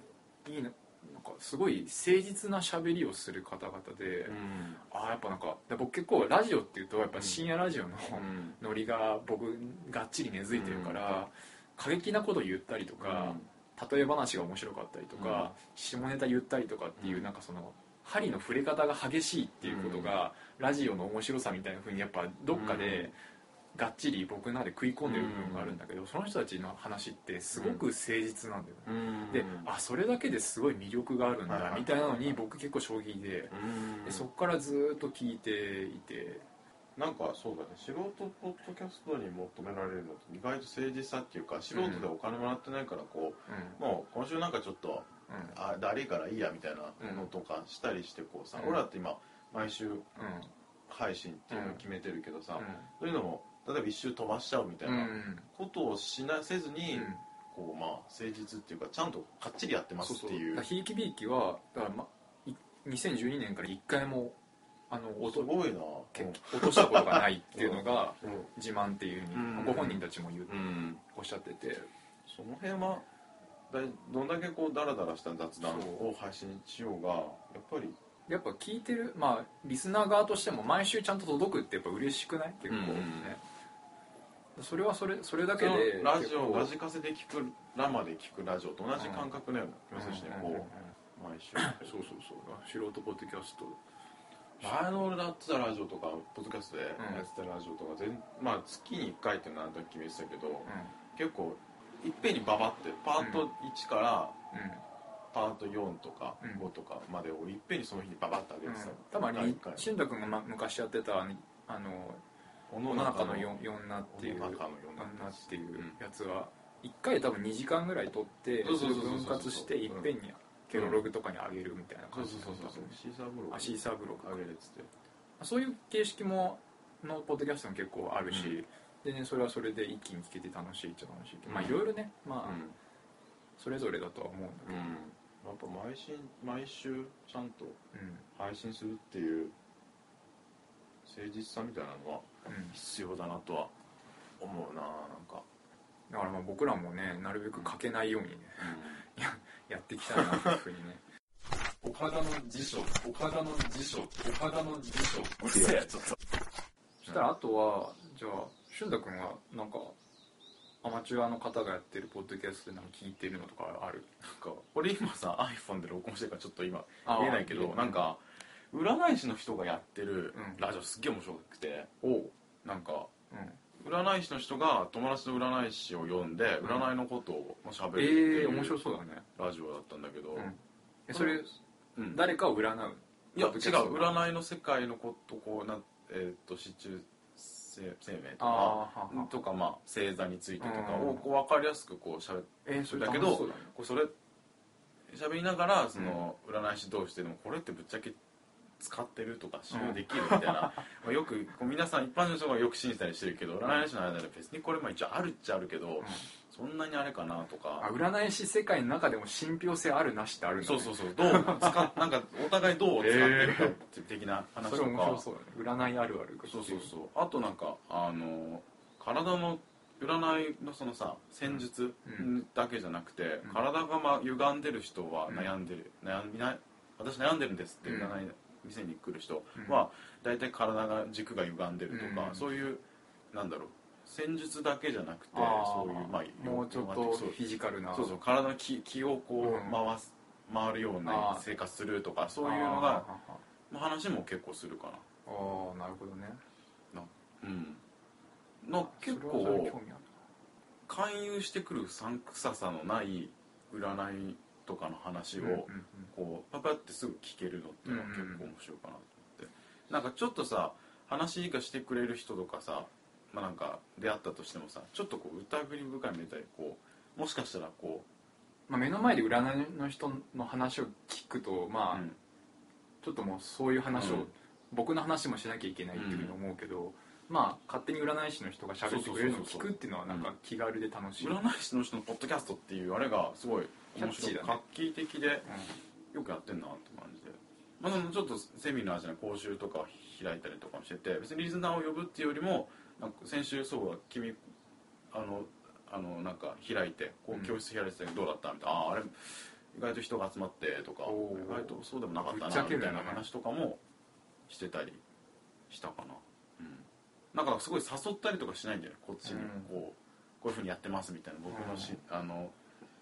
いいななんかすごい誠実な喋りをする方々で、
うん
ああやっぱなんかで僕結構ラジオっていうとやっぱ深夜ラジオの、
うん
ノリが僕がっちり根付いてるから、過激なこと言ったりとか、例え話が面白かったりとか、下ネタ言ったりとかっていう、
うん
なんかその針の触れ方が激しいっていうことが、ラジオの面白さみたいなふうにやっぱどっかで、がっちり僕の中で食い込んでる部分があるんだけど、その人たちの話ってすごく誠実なんだよね、
うん
であそれだけですごい魅力があるん
はいはい
だ
はい
みたいなのに僕結構衝撃で,、
うん
でそこからずっと聞いていて
なんかそうだね素人ポッドキャストに求められるのって意外と誠実さっていうか素人でお金もらってないからこ
うん
う、もう今週なんかちょっと
うん
あだりいからいいやみたいなのとかしたりしてこうさ、
うん
俺らって今毎週
うん
配信っていうのを決めてるけどさ、
うん
そういうのも例えば一周飛ばしちゃうみたいなことをしなせずに、
うん
こうまあ誠実っていうかちゃんとかっちりやってますってい
だ
う
からひいきびいきはだから、ま、い2012年から一回もあの落と
すごいな
け落としたことがないっていう のが自慢っていうふうに、
うん
ご本人たちも言う、
うん、うん
おっしゃってて
その辺はだいどんだけこうダラダラした雑談を配信しようがやっぱり
やっぱ聞いてるまあリスナー側としても毎週ちゃんと届くってやっぱ嬉しくない結構ね、それはそれそれだけで
ラジオラ
結
ジカセで聞くラマで聞くラジオと同じ感覚だよね、
構
要するにね
うんうんうん
こう毎週
そうそうそう素人ポッドキャスト
前の俺だってたラジオとかポッドキャストでや
うん
ってたラジオとか全、まあ、月に1回っていうのはあの時決めてたけど、
う
結構いっぺんにババってパー
う
ト1から
んうん
パート4とか
うん
5とかまでをいっぺんにその日にババって上げてたの、
多分あれ
第一回
俊太君がま昔やってたあの
世
世
の
の中
中
の
の
よ女っていう
世の中の世の中
女っていうやつは1回多分2時間ぐらい撮って
そうそうそうそう
分割していっぺんにケロログとかに上げるみたいな
そう
感じ
そうそうそうシーサーブログ
あシーサーブログ
上げれっつって
そういう形式ものポッドキャストも結構あるし、でねそれはそれで一気に聞けて楽しいっちゃ楽しいけど、まあ
うん
いろいろねまあ、
ん
それぞれだとは思うんだけ
う
ど、
んやっぱ毎週毎週ちゃんと
うん
配信するっていう誠実さみたいなのは
うん
必要だなとは思うななんか、
だからまあ僕らもねなるべく欠けないようにねやっていきたいなっていうふうに ね
岡田の辞書岡田の辞書岡田の辞書
うるせえちょっと
そしたらあとはじゃあ俊太君はなんかアマチュアの方がやってるポッドキャストでなんか聞いてるのとかある
なんか俺今さ iPhone で録音してるからちょっと今
あー
見えないけどなんか占い師の人がやってる
うん
ラジオすっげえ面白くて
お
なんか
うん、
占い師の人が友達の占い師を呼んで占いのことをまあ喋るって
ええ
い
面白
う
そうだね、
ラジオだったんだけど、
うんえそれ、
うん
誰かを占う
いや違う
ポッドキャストが
占いの世界のことこうなえーっと市中生生命と
あー
か
はは
とかまあ星座についてとか
う
を
ん
こう分かりやすくこうしゃべ
えー、それ
だけど
楽しそうだね
こうそれ喋りながらその占い師同士ででもこれってぶっちゃけ使ってるとか信用できるみたいな、 まあよくこう皆さん一般の人がよく信じたりしてるけど占い師の間で別にこれも一応あるっちゃあるけど、そんなにあれかなと
あ
か。
占い師世界の中でも信憑性あるなしってあるんだ、
そ
ね、
うそうそうどう使っ なんかお互いどう使ってるか的な話
そ
と
れ
か、
面白そうだね占いあるあるか
そうそうそうあとなんかあの体の占いのそのさ戦術
う
だけじゃなくて、
うん
体がまあ歪んでる人は
うん
悩んでる、悩みない私悩んでるんですって
うん
占い店に来る人は大体体が軸が歪んでるとか、
うん
そういうなんだろう戦術だけじゃなくて
あー
そういうまあ
もうちょっと
そう
フィジカルな
そうそう体の気気をこ
うん
う回す、回るよう
あ
な
ー
生活するとかそういうのが
あー
の話も結構するかな
あーなるほどね
うん、の結
それはそれ
構
興味ある
勧誘してくるうさんくささのない占いとかの話を、
うんうん
こうパパってすぐ聞けるのっていうのは
うん
結構面白いかなと思って、なんかちょっとさ話がしてくれる人とかさ、まあ、なんか出会ったとしてもさちょっとこう疑り深いみたいでこうもしかしたらこ
まあ、目の前で占いの人の話を聞くと
う、
まあ、
うん
ちょっともうそういう話を、
うん
僕の話もしなきゃいけないっていうふうに思うけど、まあ勝手に占い師の人が喋ってくれるのを聞くっていうのはなんか気軽で楽しい、
占い師の人のポッドキャストっていうあれがすごい面白い、
キャッチーだ
画
ね
期的で
うん
よくやってんなって感じで、まあ、でもちょっとセミナーじゃない講習とかを開いたりとかもしてて別にリズナーを呼ぶっていうよりもなんか先週そうは君あのあのなんか開いてこ
うん
う教室開いてたけどどうだったみたいな、あああれ意外と人が集まってとか
おー
意外とそうでもなかった
ぶっちゃ
な
ける
み
んだ
た
ね
いな話とかもしてたりしたかな、うん、なんかすごい誘ったりとかしないんだよねこっちにこう、こういうふうにやってますみたいな僕のし、あの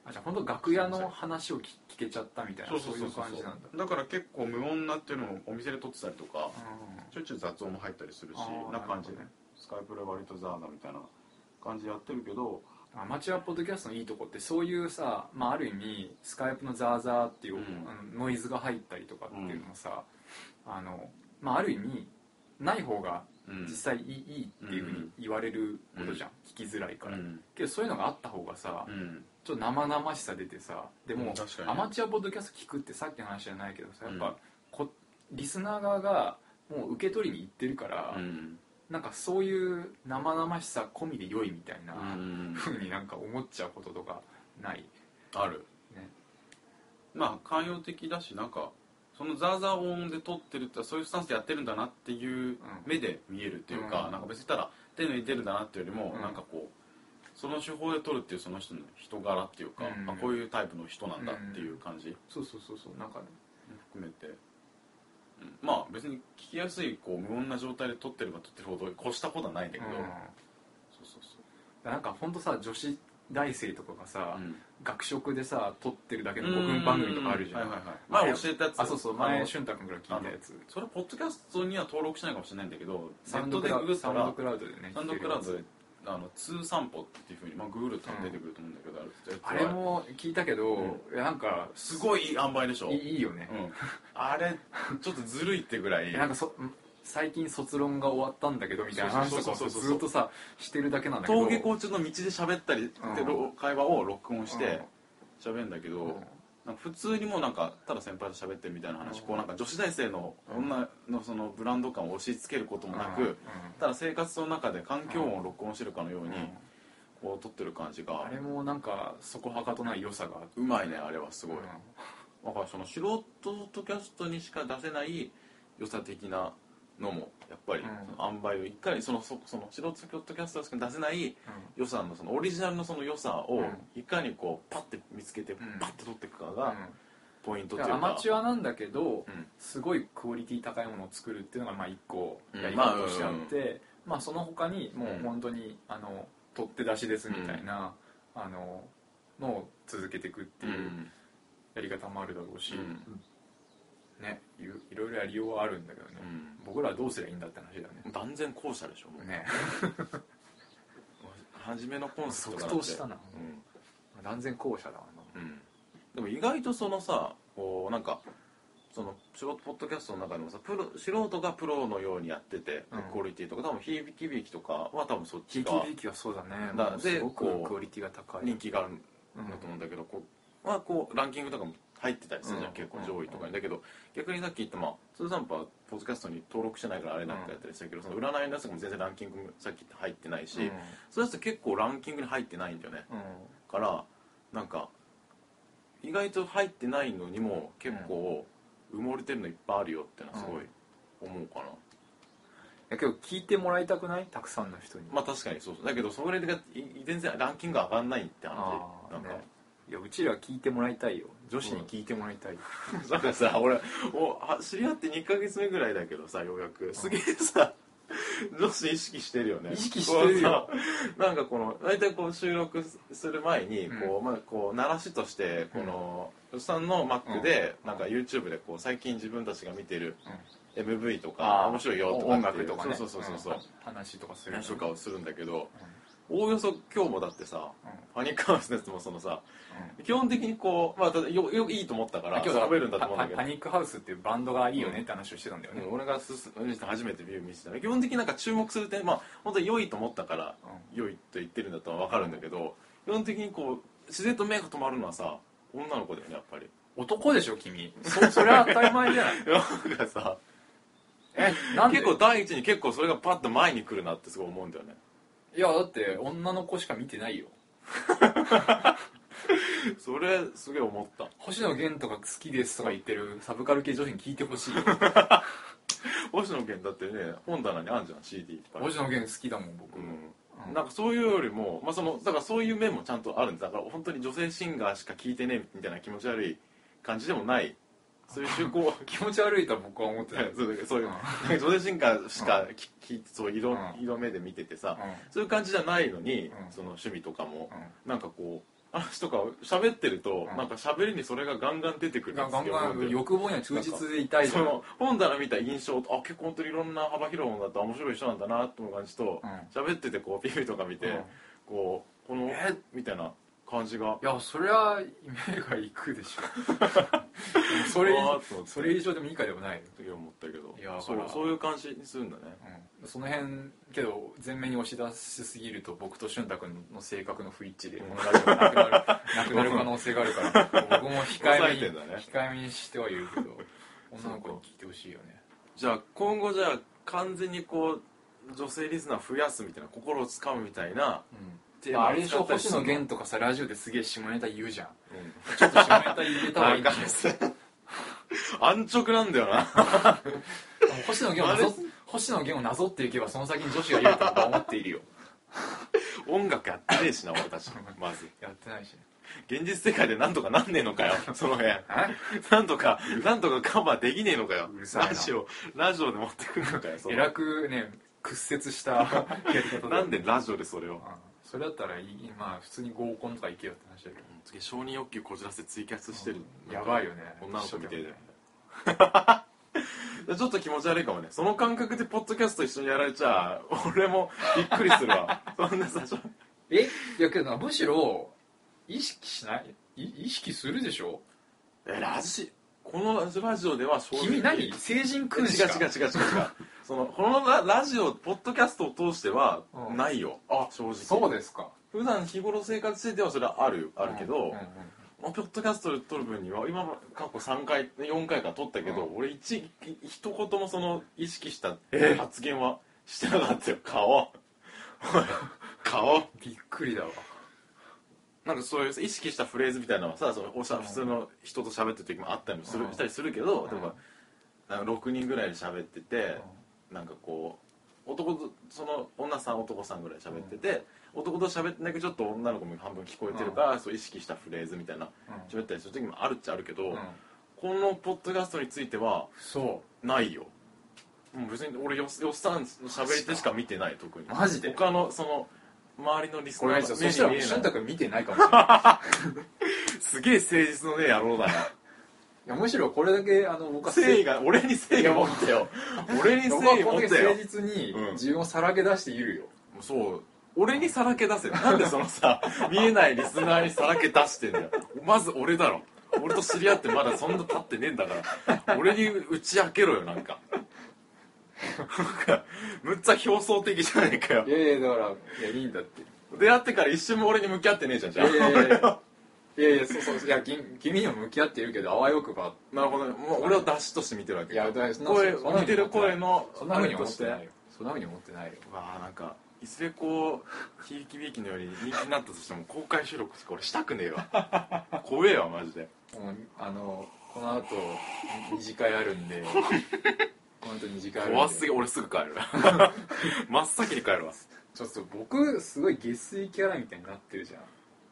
あじゃあ本当楽屋の話を聞聞けちゃったみたいな
そ
そうう
そうそうそう
いう感じなんだ、
だから結構無音になってるのをお店で撮ってたりとか
う
ちょいちょい雑音も入ったりするし
あー
な感じで
なる
スカイプで割とザーザーみたいな感じでやってるけど
んアマチュアポッドキャストのいいとこってそういうさ、まあ、ある意味スカイプのザーザーっていう、
うん
あのノイズが入ったりとかっていうのもさ、あのまあ、ある意味ない方が
うん
実際いい,、いいっていうふうに言われることじゃん、聞きづらいから、
うん
けどそういうのがあった方がさ、
うん
ちょっと生々しさ出てさで
う
も
ん確かにね
アマチュアポッドキャスト聞くってさっきの話じゃないけどさやっ
うん
ぱこリスナー側がもう受け取りに行ってるから、
うん
なんかそういう生々しさ込みで良いみたいな
うん
ふうになんか思っちゃうこととかない、
ある
ね
まあ寛容的だしなんかそのザーザー音で撮ってるってそういうスタンスでやってるんだなっていう目で見えるっていうか、
うん
なんか別に言ったら手抜いてるんだなっていうよりも、
うん
なんかこうその手法で撮るっていうその人の人柄っていうか、
うん
あこういうタイプの人なんだっていう感じ、
そうそうそうそうなんかね
含めて、うんまあ別に聞きやすいこう無音な状態で撮ってれば撮ってるほど越したことはないんだけど、
う
そうそうそ
ん、なんかほんとさ女子大生とかがさ、
う、
学食でさ撮ってるだけ
う
の5分番組とかあるじゃん、
はいはいはい、前教えたやつ
あそうそう前
の
俊太君から聞いたやつ
それポッドキャストには登録しないかもしれないんだけど
サウ
ネ
ンド
ット
ク
で
ラ
グ
ウ
グ
ド
った
サウンド
ら
クラウドでね
サウンドクラウド
聞け
で
るや
「
つ
あの通散歩」っていうふうに、まあ、ググると出てくると思うんだけど、あれ
あれも聞いたけど、いやなんか
すごいいい塩梅でしょ
いいいよね
う、ん、あれちょっとずるいってぐらい
いやなんかそん最近卒論が終わったんだけどみたいな話とかを
そ
ず
うそうそうそう
っとさしてるだけなんだけど
登下校中の道で喋ったり、でろ会話を録音して喋るんだけど、
うん
なんか普通にもうなんかただ先輩と喋ってるみたいな話、
うん
こうなんか女子大生の女のそのブランド感を押し付けることもなく、
うん
ただ生活の中で環境音を録音してるかのよう
うん
にこう撮ってる感じ
あ
が
れもなんかそこはかとない良さがあって
うまいねあれはすごい、
うん
だからその素人ポッドキャストにしか出せない良さ的なのもやっぱり
うん
その塩梅を一回そのそその素人ポッドキャストしか出せない予算のそのオリジナルのその良さ
う
を
ん
いかにこうパッて見つけて
ん
パッて取っていくか
うん
がポイントという
ア
か、
マチュアなんだけど、
うん
すごいクオリティ高いものを作るっていうのがまあ一個
うん
やり方としてあって、まあその他にもううん本当にあの取って出しですみたいな、あののを続けていくって
う
いうんやり方もあるだろうし、
うん
ねいいろいろやりようはあるんだけどね、
うん
僕らはどうすりゃいいんだって話だよ
断然後者でしょもう
ねね
初めのコンセプト
即答したな
うん
断然後者だわ
うんでも意外とそのさこうなんかその素人ポッドキャストの中でもさプロ素人がプロのようにやってて、
うん
クオリティとか多分ひびきびきとかは多分そっ
ひ
ち
いき
が
びいきはそうだね
だ
もう
です
ご
こ
く
う
クオリティが高い
人気があるん
うん
だと思うんだけど、こうはこうランキングとかも入ってたりするじゃん、
うん
結構上位とかに、だけど逆にさっき言ったまあ通算パーポッドキャストに登録してないからあれなんかやったりしたけど、その占いのやつとかも全然ランキングもさっき言った入ってないし、そういうやつ結構ランキングに入ってないんだよねからなんか意外と入ってないのにも結構埋もれてるのいっぱいあるよってのはすごい思うかな、
やけど聞いてもらいたくないたくさんの人に、
まあ確かにそうそうだけどそれがい全然ランキング上がんないって話
あー
なんか、
ねいやうちら聞いてもらいたいよ女子に聞いてもらいたい、
なんかさ俺おあ知り合って2ヶ月目ぐらいだけどさようやくすげえさ女子意識してるよね
意識してるよ
こうさなんかこの大体こう収録する前に
うん
こう、まあこう鳴らしとしてこの、おっさんの Mac で、なんか YouTube でこう最近自分たちが見てる MV とか、面白いよとかっていう
音楽とかね
そうそうそうそう、
話とかする
話とかをするんだけどおおよそ今日もだってさ、
うん
パニックハウスのやつもそのさ基本的にこうまあただよよいいと思ったから
今日
喋るんだと思うんだけど
パニックハウスっていうバンドがいいよねって話をしてたんだよね
うん俺がすす初めてビュー見せたの基本的になんか注目する点まあ本当に良いと思ったから、良いと言ってるんだとは分かるんだけど、基本的にこう自然と目が止まるのはさ女の子だよねやっぱり
男でしょ君そそれは当たり前じゃない
なんかさ
えなんで
結構第一に結構それがパッと前に来るなってすごい思うんだよね
いやだって女の子しか見てないよ
それすげえ思った
星野源とか好きですとか言ってるサブカル系女子に聞いてほしいよ
星野源だってね本棚にあんじゃん CD いっぱい
星野源好きだもん僕、
うんなんかそういうよりも、まあ、そのだからそういう面もちゃんとあるんですだから本当に女性シンガーしか聴いてねえみたいな気持ち悪い感じでもないそういう趣向
気持ち悪いとは僕は思 ってない、うん
そうそういうなんか女性シンガーしかき聞いてそう色,、
うん
色目で見ててさ、そういう感じじゃないのに、その趣味とかも、なんかこう話とかを喋ってると、
うん
なんか喋りにそれがガンガン出てく
う
る
ん、ガンガンガ
すげえ思うんだよ
ン欲望には忠実でいたいじ
そ
ゃん
の本棚見た印象とあ結構本当にいろんな幅広いものだった面白い人なんだなって思う感じと
うん
喋、っててこう PV とか見て、
うん
こうこの「えみたいな感じが
いやそれは目がいくでし ょそれ
あーっと思って
それ以上でも以下でもないよ、
時思ったけど
いや
そ
だ
う
から
そういう感じにするんだね
うん、その辺けど前面に押し出しすぎると僕と俊太君の性格の不一致でこのラジオがなくなるなくなる可能性があるから僕も控えめ
抑えて
に、
んだね
控えめにしてはいるけ ど女の子に聞いてほしいよね
じゃあ今後じゃあ完全にこう女性リスナー増やすみたいな心をつかむみたいなテー
ま
マ
あ、
を
あれでし
使
ょ
ったり
星
するの
野源とかさラジオですげえ下ネタ言うじゃん
うん
ちょっと下ネタ入れた方がいいんで
なんか
し
さ安直なんだよな
ょでも星野源をなぞ星野源をなぞっていけばその先に女子がいると僕は思っているよ
音楽やってねえしな俺たちまず
やってないし
現実世界でなんとかなんねえのかよその辺なんとかなんとかカバーできねえのかよ
うるさいな
ラジオラジオで持ってくるのかよそ
え
の
らくね屈折 したやり方だ
なんでラジオでそれを
あそれだったらいいまあ普通に合コンとか行けよって話だけ
次承認欲求こじらせてツイキャスしてる
どやばいよね
女の子みたい
一緒だよね
で ちょっと気持ち悪いかもねその感覚でポッドキャスト一緒にやられちゃ俺もびっくりする わそんなさ
えいやけどなむしろ意識しないい意識するでしょ
えラジこのラジオでは正直
君何成人
違う
君しか
違う違う違う違うそのこのララジオポッドキャストを通しては
うん
ないよ、あ正直
そうですか
普段日頃生活しててはそれはあるあるけど、
うんうん
まあ、ポッドキャストで撮る分には今過去3回4回から撮ったけど、
う
俺一い一言もその意識した発言はしてなかったよ顔 おい顔
びっくりだわ
なんかそういう意識したフレーズみたいなのはさそのおしゃ
うん
普通の人と喋ってる時もあったりもする、
うん
したりするけど、
ん
でもなんか6人ぐらいで喋ってて、なんかこう男とその女さん男さんぐらい喋ってて、男と喋ってんだけどちょっと女の子も半分聞こえてるから、そう意識したフレーズみたいな喋ったりする時もあるっちゃあるけど、
うんうん
このポッドキャストについては
そ
ないよもう別に俺よよっさんの喋り手しか見てない特に
マジで
他のその周りのリ
う
ス
こ
ナ
れ
ー
そ
の
したら
目に見え
俊
ない
太君見てないかもしれない
すげえ誠実のねえ野郎だな
いやむしろこれだけあの僕は
誠意が俺に誠意を持ってよ俺に
僕
誠
は
意
こ
持
れ
っ
だけ
てよ
誠実に
うん
自分をさらけ出しているよ
もうそう俺にさらけ出せなんでそのさ 見えないリスナーにさらけ出してんだよまず俺だろ俺と知り合ってまだそんな経ってねえんだから俺に打ち明けろよなんかなんかむっちゃ表層的じゃないかよ
いやいやだからいやいいんだって
出会ってから一瞬も俺に向き合ってねえじゃんじゃあ
いやいやいやいやいやそうそういや君君にも向き合っているけどあわよくば
なるほどねもう俺を出しとして見てるわけ
いや
声
だそんなふうに思って
似てる声の
そんなふうに思って
あ
な
れ
い
と
よそんなふうに思ってないよ
うわあなんかいずれこうひいきびいきのように人気になったとしても公開収録しか俺したくねえわ怖えわマジで
もうあのこの後二次会あるん でこの後二次会あるんで
怖すぎ俺すぐ 帰る真っ先に帰るわ
ちょっと僕すごい下水キャラみたいになってるじゃん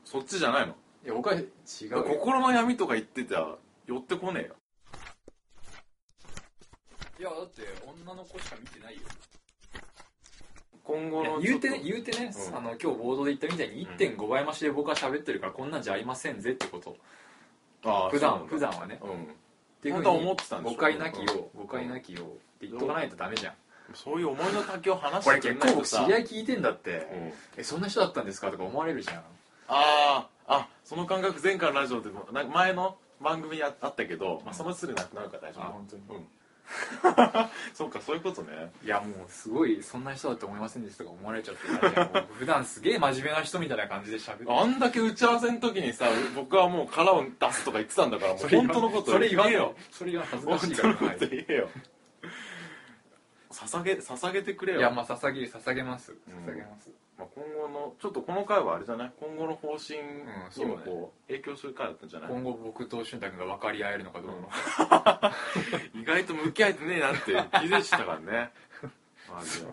そっちじゃないの
いや僕は違うよ
心の闇とか言ってたら寄ってこねえよ
いやだって女の子しか見てないよ
今後
いや
の
言うてね
ちょっ
言うてね、
うん
あの今日冒頭で言ったみたいに1.5倍増しで僕は喋ってるからこんなんじゃありませんぜってこと
とああ
普段
そう
普
なんだ
段はね
うん本当は思ってたんでしょ
誤解なきよ
うん
誤解なきよって言っとかないとダメじゃん
うんそういう思いの丈を話
これ
して
結
くんない
構
と
僕知
さ
り合い聞いてんだって、
うん
えそんな人だったんですかとか思われるじゃん
あああその感覚前回のラジオでもなんか前の番組やあったけど、まあ、そのすぐなくなるから大丈夫
あ本当に
うん そっかそういうことね
いやもうすごいそんな人だと思いませんでしたとか思われちゃってるじゃん もう普段すげえ真面目な人みたいな感じで喋る
あんだけ打ち合わせの時にさ僕はもう殻を出すとか言ってたんだからもう
それ
本
言わ
当のこと
それ言わ
え
ん
よ
よそれ言わん恥ず
本
か
当
しい
の
から
こと言えよ 捧げ捧げてくれよ
いやまあ捧げ捧げます捧げます、
まあ、今後のちょっとこの回はあれじゃない今後の方針
んそう
に
ね
もこう影響する回だったんじゃない、
今後僕と俊太君が分かり合えるのかどうか、
意外と向き合えてねえなって気づいてたから ねマジで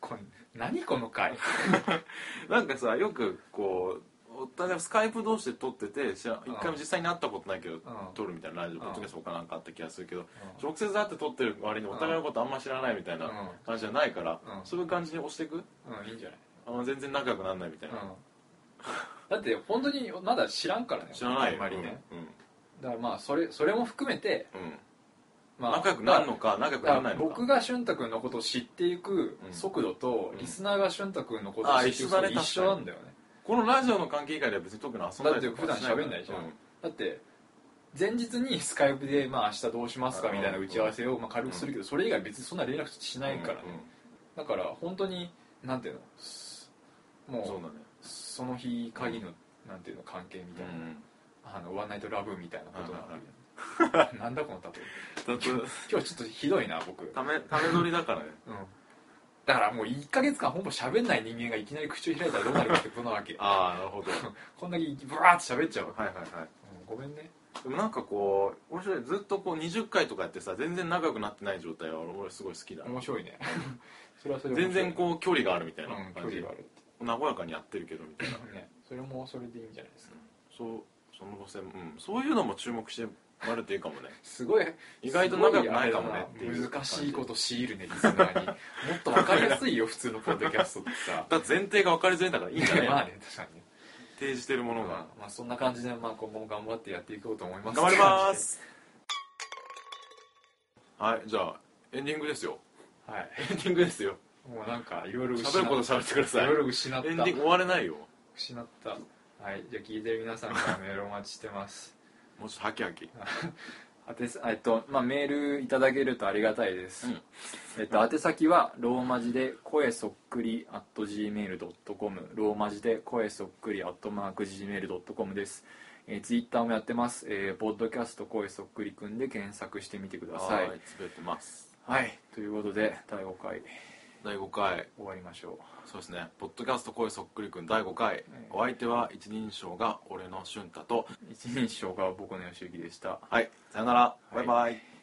これ何この回
なんかさよくこうお互いスカイプ同士で撮ってて知ら一回も実際に会ったことないけど撮るみたいなラジオ
うん
ポッドキャストかなんかあった気がするけど
うん
直接会って撮ってる割にお互いのことあんま知らないみたいな感じじゃないから
うん
そういう感じに押していく
うんいいんじゃない、
あんま全然仲良くなんないみたいな
だって本当にまだ知らんからね
知らないよ
あんまりね、
うんうん
だからまあそれそれも含めて、
うん
まあ、
仲良くなるのか仲良くな
だから
らないのか
僕が俊太君のことを知っていく
うん
速度と、
うん
リスナーが俊太君のことを知って
あ一
いく速
緒だ
度
ね
一緒なんだよね
このラジオの関係以外では別に特に遊んだりとかはし
だって普段喋んないじゃん
う
だって前日にスカイプで、まあ、明日どうしますかみたいな打ち合わせを、まあ、軽くするけど、それ以外別にそんな連絡しないからね、だから本当になんていうのす
うんうん
も
そう
う
だね
その日限りの、なんていうの関係みたいな、あのワンナイトラブみたいなことなわけだよなんだこの例え
だって
今日ちょっとひどい な僕、うん、
ためため撮りだからね
だからもう1か月間ほぼ喋んない人間がいきなり口を開いたらどうなるかってことなわけ
ああなるほど
こんだけブワーって喋っちゃうわけ、
はいはいはい
うんごめんね
でもなんかこう面白いずっとこう20回とかやってさ全然仲良くなってない状態は俺すごい好きだ
面白いねそれはそれで
全然
面白い
こう距離があるみたいな
うん、距
感
離
じ
があるって
和やかにやってるけどみたいな
ねそれもそれでいいんじゃないですか
そうその路線うんそういうのも注目してもらえるといいかもね
すごい
意外と仲良くないかもねっていう
難しいこと強いるねリスナーにもっと分かりやすいよ普通のポッドキャストってさ
だって前提が分かりづらいんだからいいんじゃ
ま
な
あ
い
ね確かにね
提示してるものが
まあ、まあそんな感じで、まあ、今後も頑張ってやっていこうと思います
頑張りますはいじゃあエンディングですよ
はい
エンディングですよ
もうなんかいろいろ失っ
喋ること喋ってください
いろいろ失った
エンディング終われないよ
失ったはいじゃあ聞いてる皆さんからメールお待ちしてます
もうちょっとハキハキ
宛先えっとまあ、メールいただけるとありがたいです、
うん
えっと、宛先はローマ字で声そっくり at gmail.com ローマ字で声そっくり at mark gmail.com です、えー、ツイッターもやってます、えー、ポッドキャスト声そっくりくんで検索してみてください
は滑ってます
はいということで第5回
第5回
終わりましょ
そうですね「ポッドキャスト声そっくりくん」第5回お相手は一人称が俺の俊太と
う一人称が僕の吉行でした
はいさよなら、
い
バイバイ